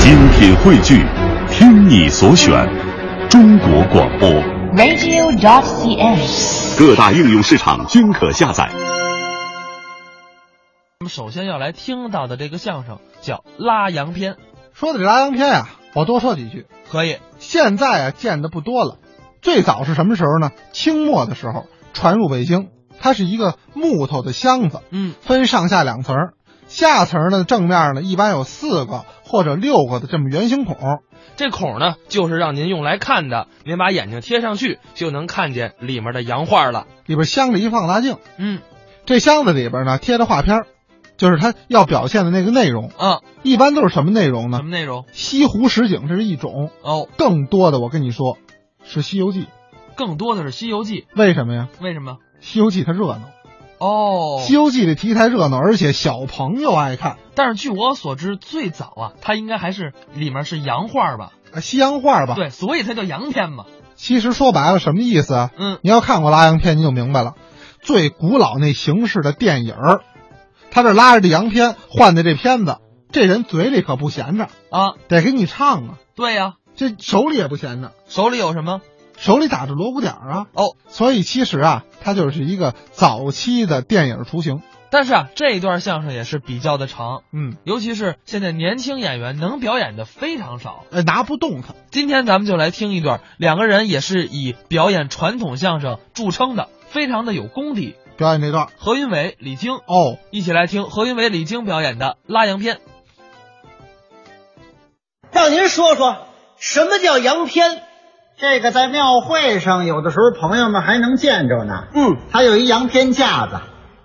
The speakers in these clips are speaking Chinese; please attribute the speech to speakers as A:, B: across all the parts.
A: 精品汇聚，听你所选，中国广播。
B: radio.cn。
A: 各大应用市场均可下载。
C: 我们首先要来听到的这个相声叫《拉洋片》，
D: 说到这拉洋片呀、我多说几句。
C: 可以，
D: 现在啊见的不多了，最早是什么时候呢？清末的时候传入北京，它是一个木头的箱子，
C: 嗯，
D: 分上下两层儿，下层儿呢正面呢一般有四个或者六个的这么圆形孔，
C: 这孔呢就是让您用来看的，您把眼睛贴上去就能看见里面的洋画了。
D: 里边镶着一放大镜，
C: 嗯
D: 这箱子里边呢贴着画片儿，就是它要表现的那个内容，
C: 啊，
D: 一般都是什么内容
C: 什
D: 呢？
C: 么内容？
D: 西湖十景这是一种，
C: 哦，
D: 更多的我跟你说是《西游记》，
C: 更多的是《西游记》，
D: 为什么呀？
C: 为什么？
D: 《西游记》它热闹。
C: 哦
D: 《西游记》的题材热闹，而且小朋友爱看。
C: 但是据我所知，最早啊，它应该还是里面是洋画吧？
D: 呃，西洋画吧，
C: 对，所以它叫洋片嘛。
D: 其实说白了什么意思啊？
C: 嗯，
D: 你要看过拉洋片，你就明白了。最古老那形式的电影儿，他这拉着这洋片换的这片子，这人嘴里可不闲着，
C: 啊，
D: 得给你唱啊，
C: 对呀、
D: 这手里也不闲着，
C: 手里有什么？
D: 手里打着锣鼓点儿啊。
C: 哦，
D: 所以其实啊，它就是一个早期的电影雏形。
C: 但是啊，这一段相声也是比较的长，
D: 嗯，
C: 尤其是现在年轻演员能表演的非常少。
D: 呃，拿不动它。
C: 今天咱们就来听一段，两个人也是以表演传统相声著称的，非常的有功底。
D: 表演这段儿
C: 何云伟、李菁，
D: 哦，
C: 一起来听何云伟、李菁表演的拉洋片。
E: 让您说说什么叫洋片？
F: 这个在庙会上，有的时候朋友们还能见着呢。
E: 嗯，
F: 它有一洋片架子，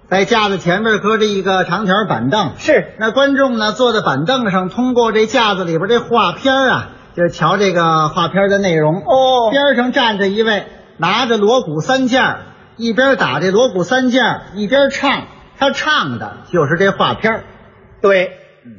F: 在架子前面搁着一个长条板凳，
E: 是
F: 那观众呢坐在板凳上，通过这架子里边这画片啊，就是瞧这个画片的内容。
E: 哦
F: 边上站着一位拿着锣鼓三件儿，一边打这锣鼓三件儿，一边唱，他唱的就是这画片儿嗯
E: 对，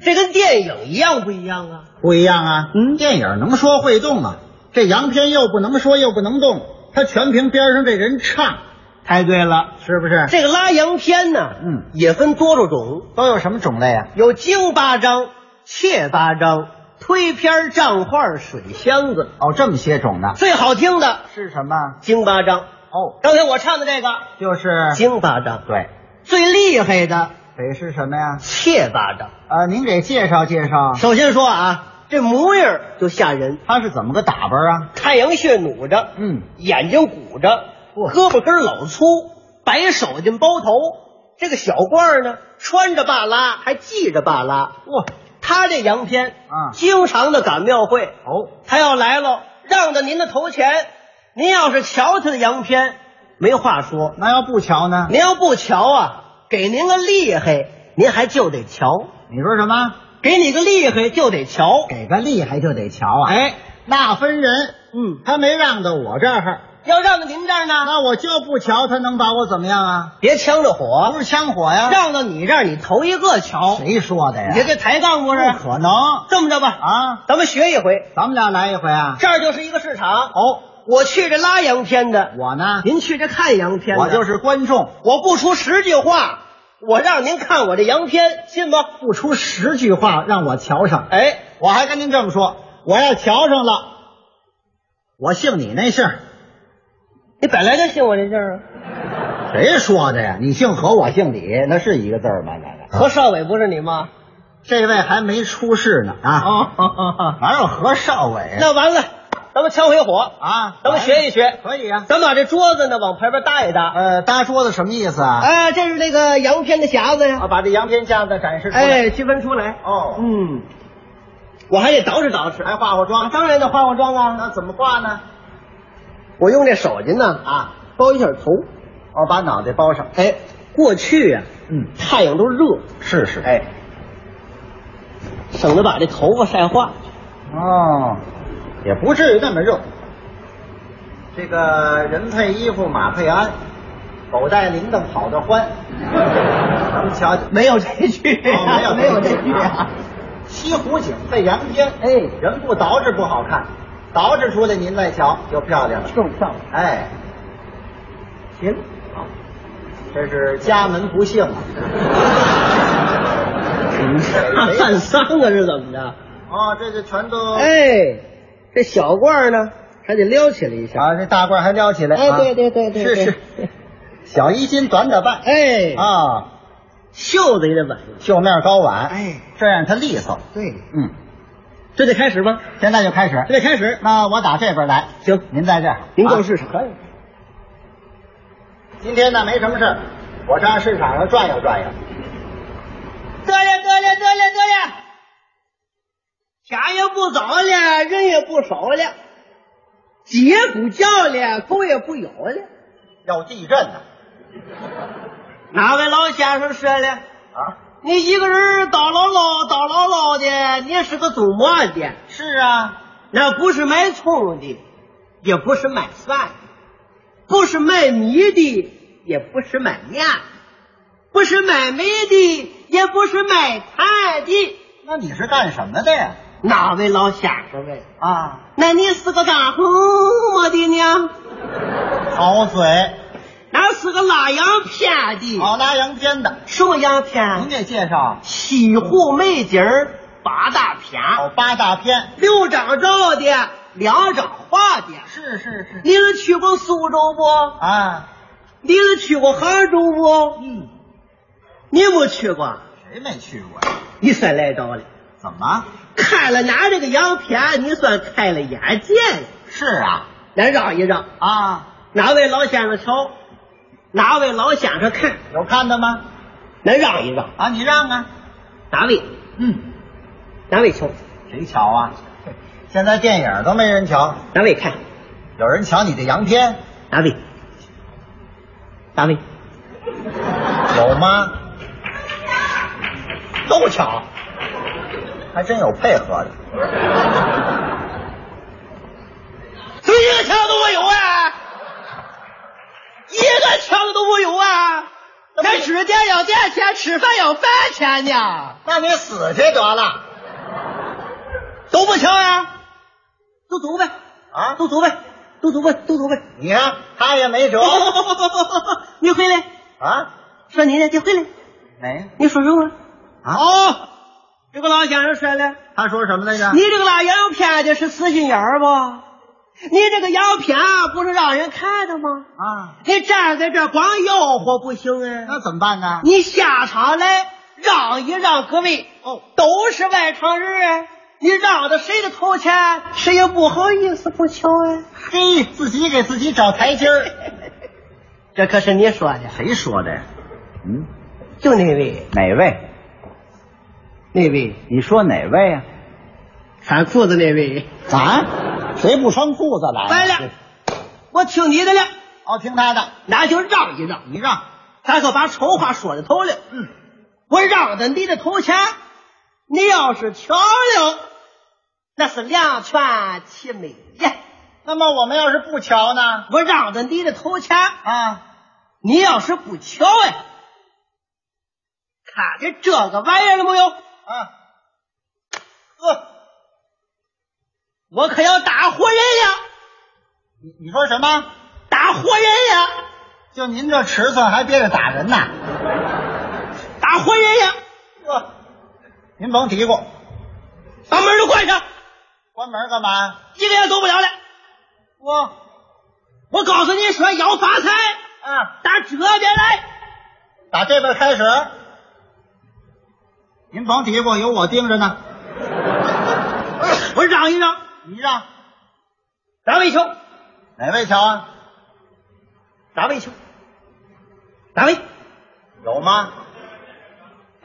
E: 这跟电影一样不一样啊？
F: 不一样啊。
E: 嗯
F: 电影能说会动啊，这洋片又不能说又不能动，它全凭边上这人唱，
E: 太对了，
F: 是不是？
E: 这个拉洋片呢，
F: 嗯
E: 也分多少种，
F: 都有什么种类啊？
E: 有京八张、切八张、推片儿、账画儿、水箱子，
F: 哦，这么些种呢？
E: 最好听的
F: 是什么？
E: 京八张，
F: 哦，
E: 刚才我唱的这个
F: 就是
E: 京八张，
F: 对，
E: 最厉害的
F: 得是什么呀？
E: 切八张。
F: 呃，您给介绍介绍，
E: 首先说啊，这模样儿就吓人，
F: 他是怎么个打扮啊？
E: 太阳穴努着，
F: 嗯，
E: 眼睛鼓着，
F: 嚯
E: 胳膊根儿老粗，白手巾包头。这个小褂儿呢，穿着半拉，还系着半拉。
F: 哇，
E: 他这洋片
F: 啊
E: 经常的赶庙会，
F: 哦，
E: 他要来了，让着您的头前。您要是瞧他的洋片，没话说；
F: 那要不瞧呢？
E: 您要不瞧啊，给您个厉害，您还就得瞧；
F: 你说什么？
E: 给你个厉害就得瞧。
F: 给个厉害就得瞧啊！哎，那分人，
E: 嗯，
F: 他没让到我这儿，
E: 要让到您这儿呢，
F: 那我就不瞧，他能把我怎么样啊？
E: 别呛着
F: 不
E: 火，
F: 是枪火呀？
E: 让到你这儿，你头一个瞧。
F: 谁说的呀？
E: 你这抬杠不是？
F: 不可能
E: 这么着吧，
F: 啊！
E: 咱们学一回。
F: 咱们俩来一回啊！
E: 这儿就是一个市场，
F: 哦，
E: 我去这拉洋片的，
F: 我呢，
E: 您去这看洋片的。
F: 我就是观众，
E: 我不出十句话，我让您看我这洋片，信吗？
F: 不出十句话让我瞧上。
E: 哎，
F: 我还跟您这么说，我要瞧上了，我姓你那姓儿，
E: 你本来就信我这劲儿啊。
F: 谁说的呀？你姓何，我姓李，那是一个字儿吗？那个啊
E: 何少伟不是你吗？
F: 这位还没出世呢啊！
E: 哦，
F: 哪有何少伟
E: 那完了，咱们枪回火，
F: 哎啊？
E: 咱们学一学。
F: 可以啊。
E: 咱把这桌子呢往旁边搭一搭。
F: 呃，搭桌子什么意思啊？
E: 哎，这是那个洋片的匣子
F: 啊，
E: 呀。
F: 把这洋片架子展示出来。
E: 哎，区分出来。
F: 哦，
E: 嗯，我还得捯饬捯饬。
F: 还化化妆？当然得化化妆啊。那怎么化呢？
E: 我用这手巾呢
F: 啊，
E: 包一下头。
F: 哦，把脑袋包上。
E: 哎，过去呀、
F: 嗯，
E: 太阳都热，
F: 试试。哎，
E: 省得把这头发晒化。
F: 哦，也不至于那么热。这个人配衣服，马配鞍，狗带铃铛，跑得欢。咱们瞧瞧，
E: 没有这句、
F: 哦没有
E: 没有这句
F: 啊
E: 啊。
F: 西湖景配洋天，哎，人不捯饬不好看，捯饬出来您再瞧就漂亮了。
E: 更漂亮。
F: 哎，
E: 行，
F: 这是家门不幸啊。
E: 犯丧啊是怎么着？
F: 啊，这就全都
E: 哎，这小褂呢还得撩起来一下。
F: 啊，这大褂还撩起来。
E: 哎
F: 啊
E: 对对对对
F: 是
E: 对
F: 是，小衣襟短打半。
E: 哎，
F: 啊，
E: 袖子也得挽上。
F: 袖面高挽，
E: 哎，
F: 这样它利索。
E: 对，
F: 嗯，
E: 这得开始吧？
F: 现在就开始。
E: 这得开始。
F: 那我打这边来，
E: 行
F: 您在这儿，
E: 您逛
F: 啊
E: 市场
F: 可以。今天呢没什么事儿，我上市场上转悠转悠。
E: 得了得了得了得了，钱也不早了，人也不少了，鸡也不叫了，狗也不咬了。
F: 要地震呢
E: 哪位老先生说了？
F: 啊！
E: 你一个人叨唠唠叨唠唠的，你是个做么的？
F: 是啊，
E: 那不是卖葱的，也不是卖蒜的，不是卖米的，也不是卖面的，不是卖煤的，也不是卖炭的。
F: 那你是干什么的呀？
E: 哪位老先生问？
F: 啊，
E: 那你是个干什么的呢？
F: 好嘴，
E: 那是个拉洋片的。
F: 好拉洋片的。
E: 什么洋
F: 哦您
E: 片？
F: 给介绍
E: 西湖美景儿八大片，
F: 好八大片，
E: 六张照的，两张画的。
F: 是是是
E: 你是去过苏州不？
F: 啊，
E: 你是去过杭州不？
F: 嗯，
E: 你没去过，
F: 谁没去过呀？
E: 你算来着了。
F: 怎么？
E: 看了俺这个洋片，你算开了眼界了。
F: 是啊
E: 咱让一让，
F: 啊，
E: 哪位老先生瞧，哪位老先生看，
F: 有看的吗？
E: 咱让一让。
F: 啊，你让啊，
E: 哪位？
F: 嗯，
E: 哪位瞧？
F: 谁瞧啊？现在电影都没人瞧，
E: 哪位看？
F: 有人瞧你的洋片
E: 哪位？哪位？
F: 有吗？都瞧，还真有配合的。
E: 怎么一个枪都没有啊？一个枪都没有啊？那指定要电钱，吃饭要饭钱呢，
F: 那你死去得了
E: 都不行啊？都走呗，
F: 啊！
E: 都走呗，都走呗，都走呗。
F: 你看他也没辙
E: 不不不不不不不不， 你回来，
F: 啊！
E: 说你呢，你回来，
F: 没
E: 你说什么？
F: 啊
E: 哦，这个老先生说了，
F: 他说什么来着？
E: 你这个拉洋片的是死心眼儿不？你这个洋片不是让人看的吗？
F: 啊，
E: 你站在这儿光吆喝不行啊！
F: 那怎么办呢？
E: 你下场来让一让各位，哦，都是外城人，啊你让到谁的头前，谁也不好意思不瞧啊。
F: 嘿，自己给自己找台阶 儿。
E: 这可是你说的，
F: 谁说的呀？嗯，
E: 就那位
F: 哪位？
E: 那位
F: 你说哪位啊？
E: 穿裤子那位，
F: 啊？谁不穿裤子来？
E: 完了，我听你的了，
F: 哦，听他的，
E: 那就让一让，
F: 你让。
E: 咱可把丑话说到头了。嗯，我让到你的头前，你要是瞧了，那是两全其美呀。
F: 那么我们要是不瞧呢？
E: 我让到你的头前。
F: 啊，
E: 你要是不瞧哎，看见这个玩意儿了没有？
F: 啊，
E: 呵，我可要打活人呀！
F: 你你说什么？
E: 打活人呀！
F: 就您这尺寸还憋着打人呐？
E: 打活人呀！
F: 呵，您甭嘀咕，
E: 把门都关上，
F: 关门干嘛？
E: 一个也走不了了。
F: 我
E: 我告诉你说，要发财
F: 啊，
E: 打这边来。
F: 打这边开始。您甭嘀咕，有我盯着呢。
E: 我让一让，
F: 你让
E: 哪位瞧？
F: 哪位瞧啊？
E: 哪位瞧？哪位？
F: 有吗？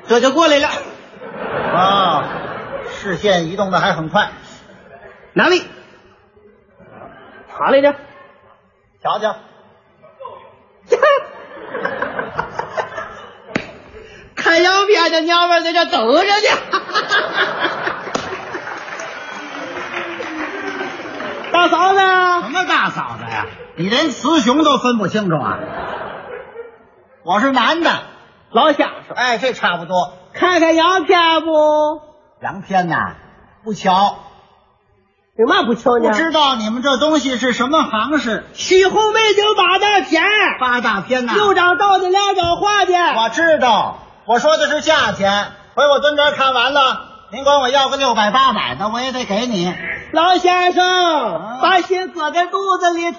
E: 这就过来了。
F: 啊，视线移动的还很快，
E: 哪位？哪来着？
F: 瞧瞧，
E: 看洋片的娘们儿在这等着呢。 大嫂子，
F: 么大嫂子呀？你连雌雄都分不清楚啊？我是男的，
E: 老乡，
F: 哎，这差不多。
E: 看看洋片不？
F: 杨天呐，不瞧，
E: 有嘛不瞧
F: 不
E: 呢？
F: 知道你们这东西是什么行市？
E: 西红梅景八大片，
F: 八大片呐、
E: 六张道的，两张画的。
F: 我知道，我说的是价钱。回我蹲这儿看完了，您管我要个六百八百的，我也得给你。
E: 老先
F: 啊
E: 生，把心搁在肚子里头。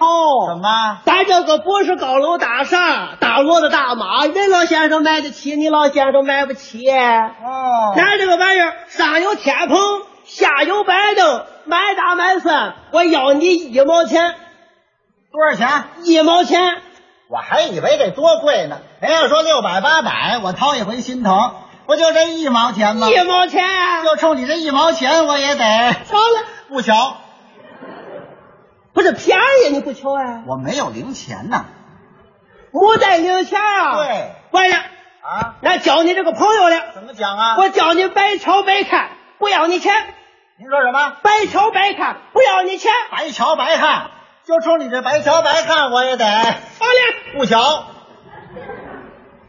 F: 怎么？
E: 咱这个不是高楼大厦、打骡子大马，人老先生买得起，你老先生买不起。
F: 哦
E: 咱这个玩意儿上有天棚，下有板凳，买大买算，我要你一毛钱，
F: 多少钱？
E: 一毛钱。
F: 我还以为这多贵呢。人要说六百八百，我掏一回心疼，不就这一毛钱吗？
E: 一毛钱，
F: 就冲你这一毛钱，我也 得
E: 着了，
F: 不瞧。
E: 不是便宜你不求啊？
F: 我没有零钱呐。
E: 不带零钱啊？
F: 对，
E: 完了，
F: 啊？
E: 俺交你这个朋友了，
F: 怎么讲啊？
E: 我叫你白瞧白看，不要你钱，
F: 您说什么？
E: 白瞧白看，不要你钱，
F: 白瞧白看，就冲你这白瞧白看，我也得
E: 完了，
F: 不瞧。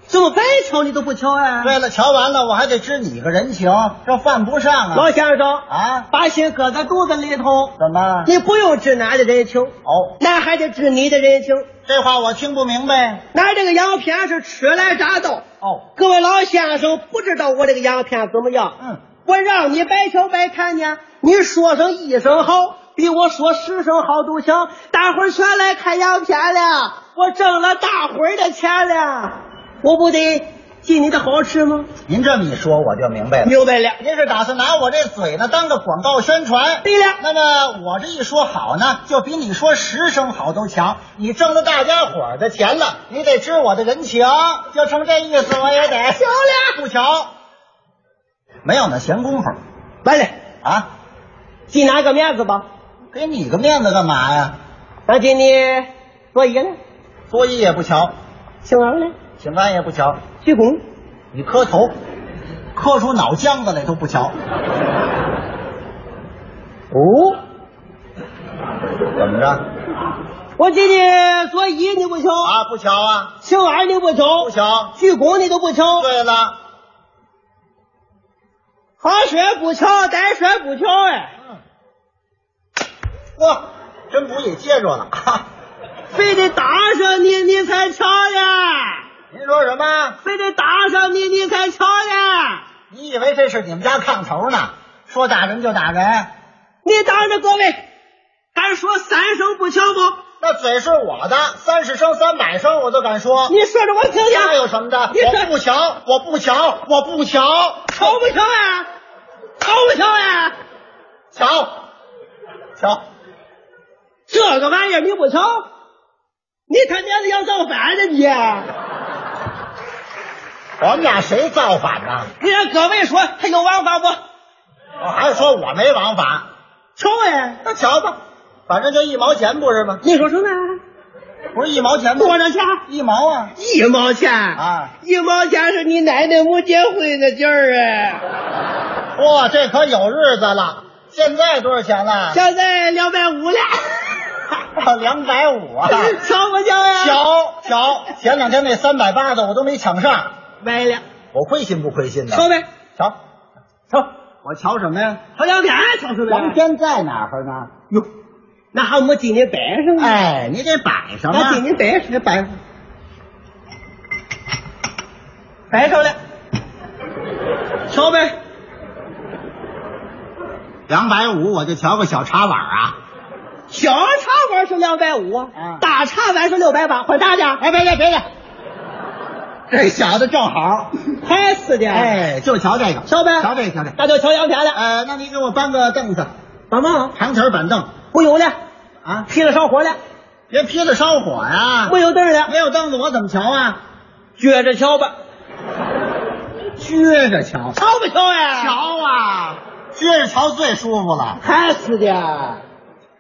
E: 怎么白瞧你都不瞧啊？
F: 为了瞧完了，我还得知你个人情，这犯不上
E: 老
F: 啊。
E: 先生，
F: 啊？
E: 把心搁在肚子里头，
F: 怎么？
E: 你不用治俺的人情，
F: 哦，
E: 那还得治你的人情。
F: 这话我听不明白。
E: 俺这个洋片是吃来扎到，
F: 哦，
E: 各位老先生不知道我这个洋片怎么样？
F: 嗯，
E: 我让你白瞧白看呢，你说上一声好，比我说十声好都行。大伙儿全来看洋片了，我挣了大伙儿的钱了，我不得记你的好吃吗？
F: 您这么一说，我就明白了。
E: 明白了。
F: 您是打算拿我这嘴呢当个广告宣传？
E: 对了
F: 那么我这一说好呢，就比你说十声好都强。你挣了大家伙儿的钱了，你得知我的人情，就冲这意思，我也得
E: 哎行了
F: 不瞧，没有那闲工夫
E: 完了，
F: 啊！
E: 记俺个面子吧，
F: 给你个面子干嘛呀？
E: 我给你做一个了，
F: 作揖也不瞧，
E: 行完了，
F: 请安也不瞧，
E: 鞠躬。
F: 你磕头，磕出脑浆子来都不瞧。哦，怎么着？
E: 我给你做揖你不瞧，
F: 啊，不瞧啊，
E: 请安你不瞧，
F: 不瞧。
E: 鞠躬你都不瞧，
F: 对了，
E: 好水不瞧，歹水不瞧哎，
F: 嚯，真不易接住了。
E: 非得打上你你才瞧呀。
F: 您说什么？
E: 非得打上你，你才瞧呀！
F: 你以为这是你们家炕头呢？说打人就打人，
E: 你当着各位，敢说三声不瞧吗？
F: 那嘴是我的，三十声、三百声我都敢说。
E: 你说着我听
F: 那哦有
E: 听，
F: 什么的？
E: 你
F: 我不瞧，我不瞧，我不瞧，
E: 瞧不瞧呀？瞧不瞧呀？
F: 瞧，瞧。
E: 这个玩意儿你不瞧，你他娘的要造反呢你！
F: 我们俩谁造反呢？
E: 你让各位说他有王法不？
F: 我还说我没王法，
E: 瞧哎！
F: 那瞧吧，反正就一毛钱不是吗？
E: 你说什么？
F: 不是一毛钱吗？
E: 多少钱？
F: 一毛啊！
E: 一毛钱
F: 啊！
E: 一毛钱是你奶奶没结婚的劲儿哎！
F: 哇，这可有日子了。现在多少钱了？
E: 现在两百五了，
F: 到 两百五啊！
E: 瞧不瞧呀？
F: 瞧瞧，前两天那三百八的我都没抢上，
E: 歪了，
F: 我亏心不亏心的？
E: 瞧呗，
F: 瞧，瞧，我瞧什么呀？
E: 好两天瞧出来
F: 咱们
E: 了。
F: 现在哪儿呢？
E: 哟，那还没今年摆上呢。，
F: 哎，你得摆上
E: 那
F: 啊！
E: 今年摆上，
F: 你摆上，
E: 摆上了，瞧呗。
F: 两百五我就瞧个小茶碗啊！
E: 小茶碗是两百五
F: 啊，
E: 大茶碗是六百八，换大的。哎，别别别别，
F: 这小子正好，
E: 还是的。，
F: 哎，就瞧这个，
E: 瞧呗，
F: 瞧这个，瞧这个。
E: 那就瞧洋片了。
F: 呃，那你给我搬个凳子，
E: 怎么
F: 长条板凳
E: 不有了？
F: 啊，
E: 劈了烧火了，
F: 别劈了烧火呀、
E: 没有凳儿了，
F: 没有凳子我怎么瞧啊？
E: 撅着瞧吧，
F: 撅着瞧，
E: 瞧不瞧呀？，
F: 瞧啊，撅着瞧最舒服了。
E: 还是的。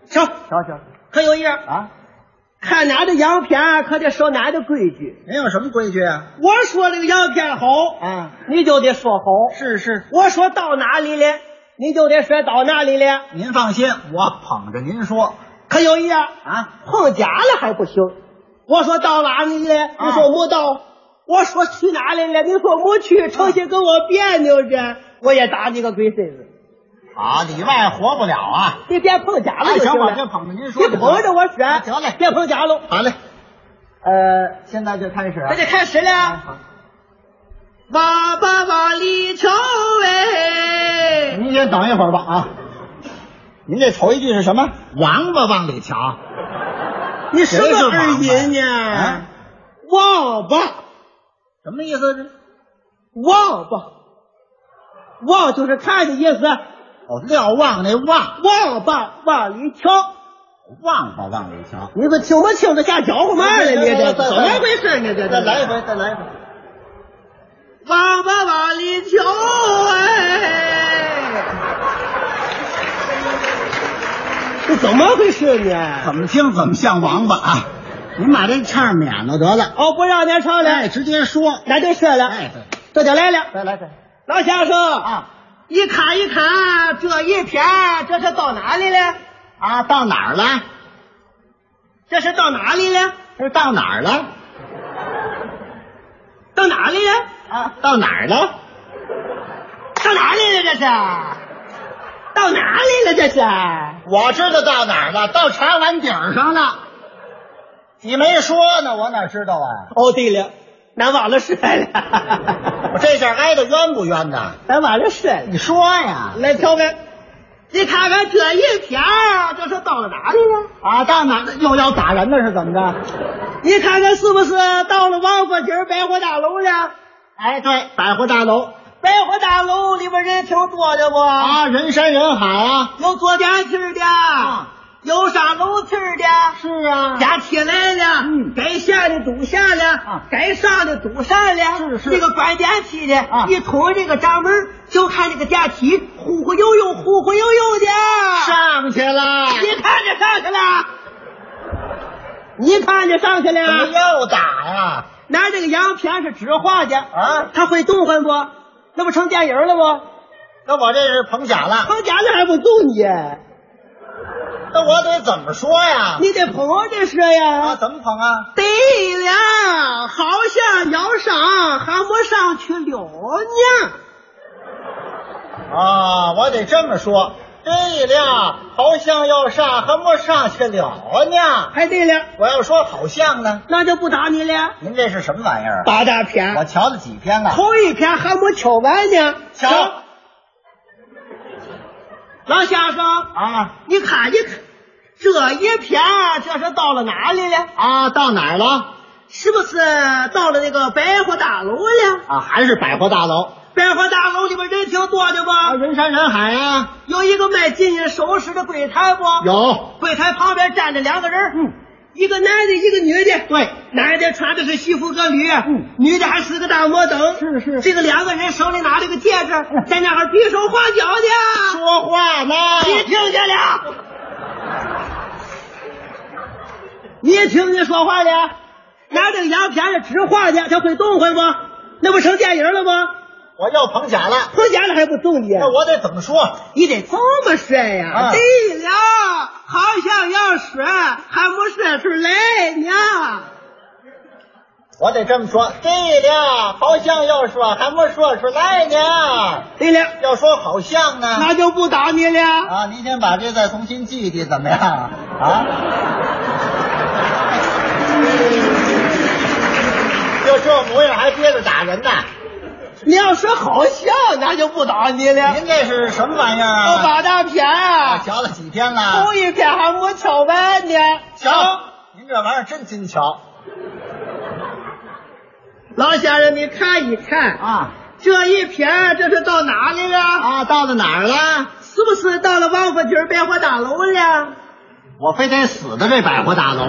E: 瞧，
F: 瞧瞧
E: 可有一样，
F: 啊，
E: 看哪的洋片可得守哪的规矩。
F: 您有什么规矩啊？
E: 我说这个洋片好，
F: 啊，
E: 你就得说好。
F: 是是，
E: 我说到哪里了，你就得说到哪里了。
F: 您放心，我捧着您说
E: 可有一样，
F: 啊。
E: 碰假了还不行。我说到哪里了，
F: 啊
E: 你说没到。我说去哪里了，你说没去，成
F: 啊
E: 心跟我别扭着，我也打你个鬼孙子。
F: 好，里外活不了啊。
E: 你别碰假了
F: 哎，
E: 就
F: 行，
E: 行
F: 我就
E: 了。
F: 捧着您
E: 你
F: 说。
E: 捧着我说，
F: 得啊嘞
E: 别碰假了。
F: 好嘞。呃，现在就开始啊
E: 那。就开始
F: 啊
E: 了。
F: 好
E: 往吧往里瞧哎，
F: 先等一会儿吧啊！您这头一句是什么？
B: 王八往里瞧，
E: 你什
F: 谁是
E: 么
F: 王八
E: 二音呢？
F: 啊
E: 王八，
F: 什么意思？
E: 王八，望就是看的意思，
F: 哦，瞭望那望，
E: 王八往里瞧。
F: 望吧往里瞧。
E: 你们听不清这瞎搅和嘛呢？你这怎么回事呢？这
F: 再来一回，再来一回。
E: 王八往里瞧哎，这怎么回事呢？
F: 怎么听怎么像王八啊！您把这唱免了得了，
E: 哦，不让咱唱了，
F: 哎，直接说。
E: 那就是了。
F: 哎对
E: 这就来了，
F: 再来再
E: 老先生
F: 啊，
E: 一看一看，这一天这是到哪里了？
F: 啊！到哪儿了？
E: 这是到哪里了？
F: 这是到哪儿了？
E: 到哪里了？
F: 啊，到哪儿了？
E: 到哪里了？这是到哪里了？这是
F: 我知道到哪儿了，到茶碗底儿上了。你没说呢，我哪知道啊？
E: 哦，对了，咱忘了说了，
F: 我这下挨得冤不冤呐？
E: 咱忘了说了。
F: 你说呀！
E: 来，瞧瞧，你看看这一天啊，这是到了哪里了？
F: 啊，到哪儿了又要打人了是怎么着？
E: 你看看是不是到了王府井百货大楼了？
F: 哎，对，百货大楼
E: 百货大楼里边人挺多的不？
F: 啊，人山人海啊。
E: 有坐电梯的，啊有上楼梯的，
F: 是啊
E: 家起来了，
F: 嗯
E: 该下的都下了，
F: 啊
E: 该上的都上了。
F: 是是
E: 这个关电梯的，
F: 啊
E: 一捅这个闸门，就看这个电梯忽忽悠悠，忽忽悠悠的。啊
F: 上去了。
E: 你看这上去了，你看这上去
F: 怎么
E: 了。
F: 又打呀？
E: 拿这个洋片是纸画的，
F: 啊，
E: 它会动换不？那不成电影了不？
F: 那我这是捧假了，
E: 成家了还不揍你？
F: 那我得怎么说呀？
E: 你得捧这是呀。
F: 啊，怎么捧啊？
E: 对了，好像要上，还没上去了呢。
F: 啊，我得这么说。对了，好像要上，还没上去了呢。
E: 哎，对了，
F: 我要说好像呢，
E: 那就不打你了。
F: 您这是什么玩意儿啊？
E: 八大
F: 我
E: 篇，
F: 瞧了几篇了，
E: 头一篇还没敲完呢。
F: 瞧
E: 老先生，
F: 啊
E: 你看，你看，这一篇这是到了哪里了？
F: 啊，到哪儿了？
E: 是不是到了那个百货大楼了？
F: 啊，还是百货大楼
E: 百货大楼里边人挺多的吧？
F: 人山人海啊。
E: 有一个卖金银首饰的柜台不？
F: 有，
E: 柜台旁边站着两个人，嗯，一个男的，一个女的。对，男的穿的是西服革履，嗯，女的还是个大摩登。
F: 是是哎
E: 这个两个人手里拿着个戒指，在那儿比手画脚的。
F: 说话呢。
E: 你听见了？你听见说话了？拿这个洋片是纸画的，他会动会不？那不成电影了吗？
F: 我又捧假了，
E: 回家了还不揍你？
F: 那我得怎么说？
E: 你得这么说呀、
F: 啊
E: 对了，好像要说，还没说出来呢。
F: 我得这么说。对了，好像要说，还没说出来呢。
E: 对了，
F: 要说好像呢，
E: 那就不打你了。
F: 啊，您先把这再重新记一记，怎么样啊？就这模样还憋着打人呢？
E: 你要说好像，那就不打你了。
F: 您这是什么玩意儿
E: 我
F: 啊？
E: 八大片
F: 啊，
E: 啊，
F: 瞧了几天了
E: 头？一篇还没瞧完呢。
F: 哦瞧，您这玩意儿真精巧
E: 老先生，你看一看，
F: 啊
E: 这一篇这是到哪里了？
F: 啊！到了哪儿了？
E: 是不是到了王府井百货大楼了？
F: 我非得死在这百货大楼。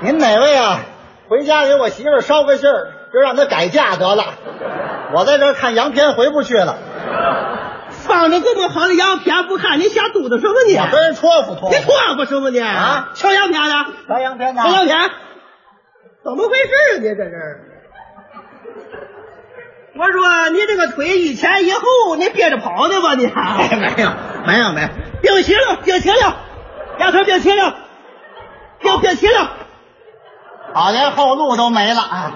F: 您哪位啊？回家给我媳妇儿捎个信儿，就让她改嫁得了。我在这儿看洋片回不去了。
E: 放着这么好的洋片不看，你瞎嘟嘟什么你？
F: 我跟人戳呼戳呼
E: 你。错过什么呢？
F: 啊
E: 敲洋片呢？
F: 白洋片呢
E: 敲？洋片，怎么回事啊？你这 是？我说你这个腿一前一后，你憋着跑呢吧你？啊
F: 哎 没有，没有，没有。
E: 病齐了，病齐了，丫头病齐了，病病齐了，
F: 好，连后路都没了啊！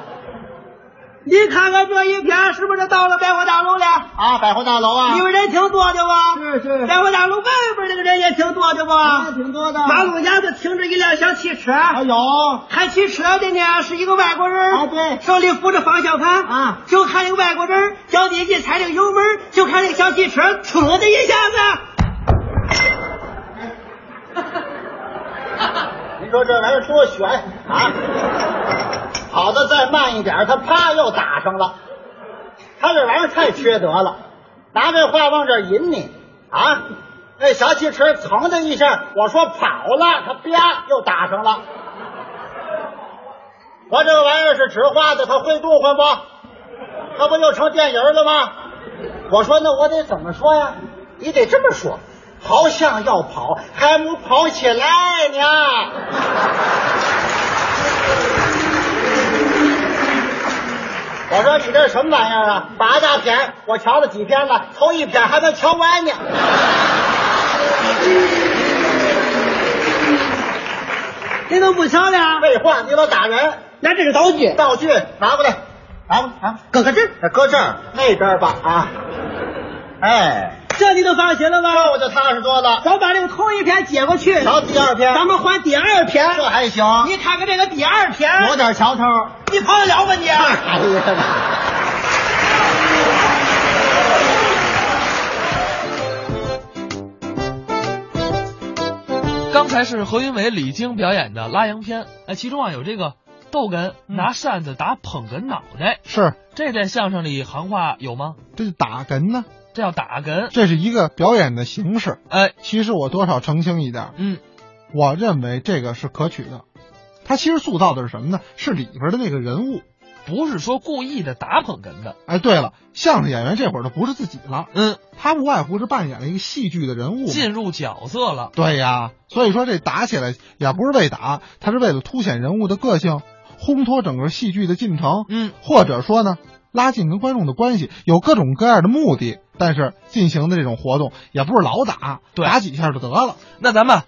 E: 你看看这一天是不是到了百货大楼了？
F: 啊，百货大楼啊，
E: 你们人挺多的吧？
F: 是是
E: 百货大楼外边那个人也挺多的吧？
F: 啊挺多的。
E: 马路牙子停着一辆小汽车，
F: 啊有
E: 开汽车的呢是一个外国人，
F: 啊对
E: 手里扶着方向盘，
F: 啊
E: 就看那个外国人脚底一踩那个油门，就看那小汽车噗的一下子，
F: 您说这玩意儿多悬啊！跑的再慢一点，他啪又打上了。他这玩意儿太缺德了，拿这话往这儿引你啊！那小汽车噌的一下，我说跑了，他啪又打上了。我这玩意儿是纸画的，他会动换不？他不又成电影了吗？我说那我得怎么说呀？你得这么说，跑像要跑，还没跑起来呢。我说你这什么玩意儿啊？八大片，我瞧了几篇了，头一篇还没瞧完呢。
E: 你怎么不瞧了？
F: 废话，你老打人，
E: 那这是道具，
F: 道具拿过来，拿过来啊，搁搁这儿，搁这儿那边儿吧啊。哎，
E: 这你都放心了
F: 这
E: 吧？
F: 我就踏实多了。
E: 咱把这个头一篇接过去，
F: 瞧第二篇，
E: 咱们换第二篇。
F: 这还行，
E: 你看看这个第二篇，
F: 有点瞧头。
E: 你跑得了吗你？
F: 哎呀妈！
C: 刚才是何云伟、李菁表演的拉洋片，哎，其中啊有这个逗哏拿扇子打捧哏脑袋，
D: 是
C: 这在相声里行话有吗？
D: 这是打哏呢，
C: 这叫打哏，
D: 这是一个表演的形式。
C: 哎，
D: 其实我多少澄清一点，
C: 嗯，
D: 我认为这个是可取的。它其实塑造的是什么呢？是里边的那个人物。
C: 不是说故意的打捧哏的，
D: 哎，对了，相声演员这会儿都不是自己了，
C: 嗯，
D: 他无外乎是扮演了一个戏剧的人物嘛。
C: 进入角色了，
D: 对呀，所以说这打起来也不是为打，他是为了凸显人物的个性，烘托整个戏剧的进程，
C: 嗯，
D: 或者说呢，拉近跟观众的关系，有各种各样的目的。但是进行的这种活动也不是老打，
C: 对
D: 打几下就得了。
C: 那咱们也。啊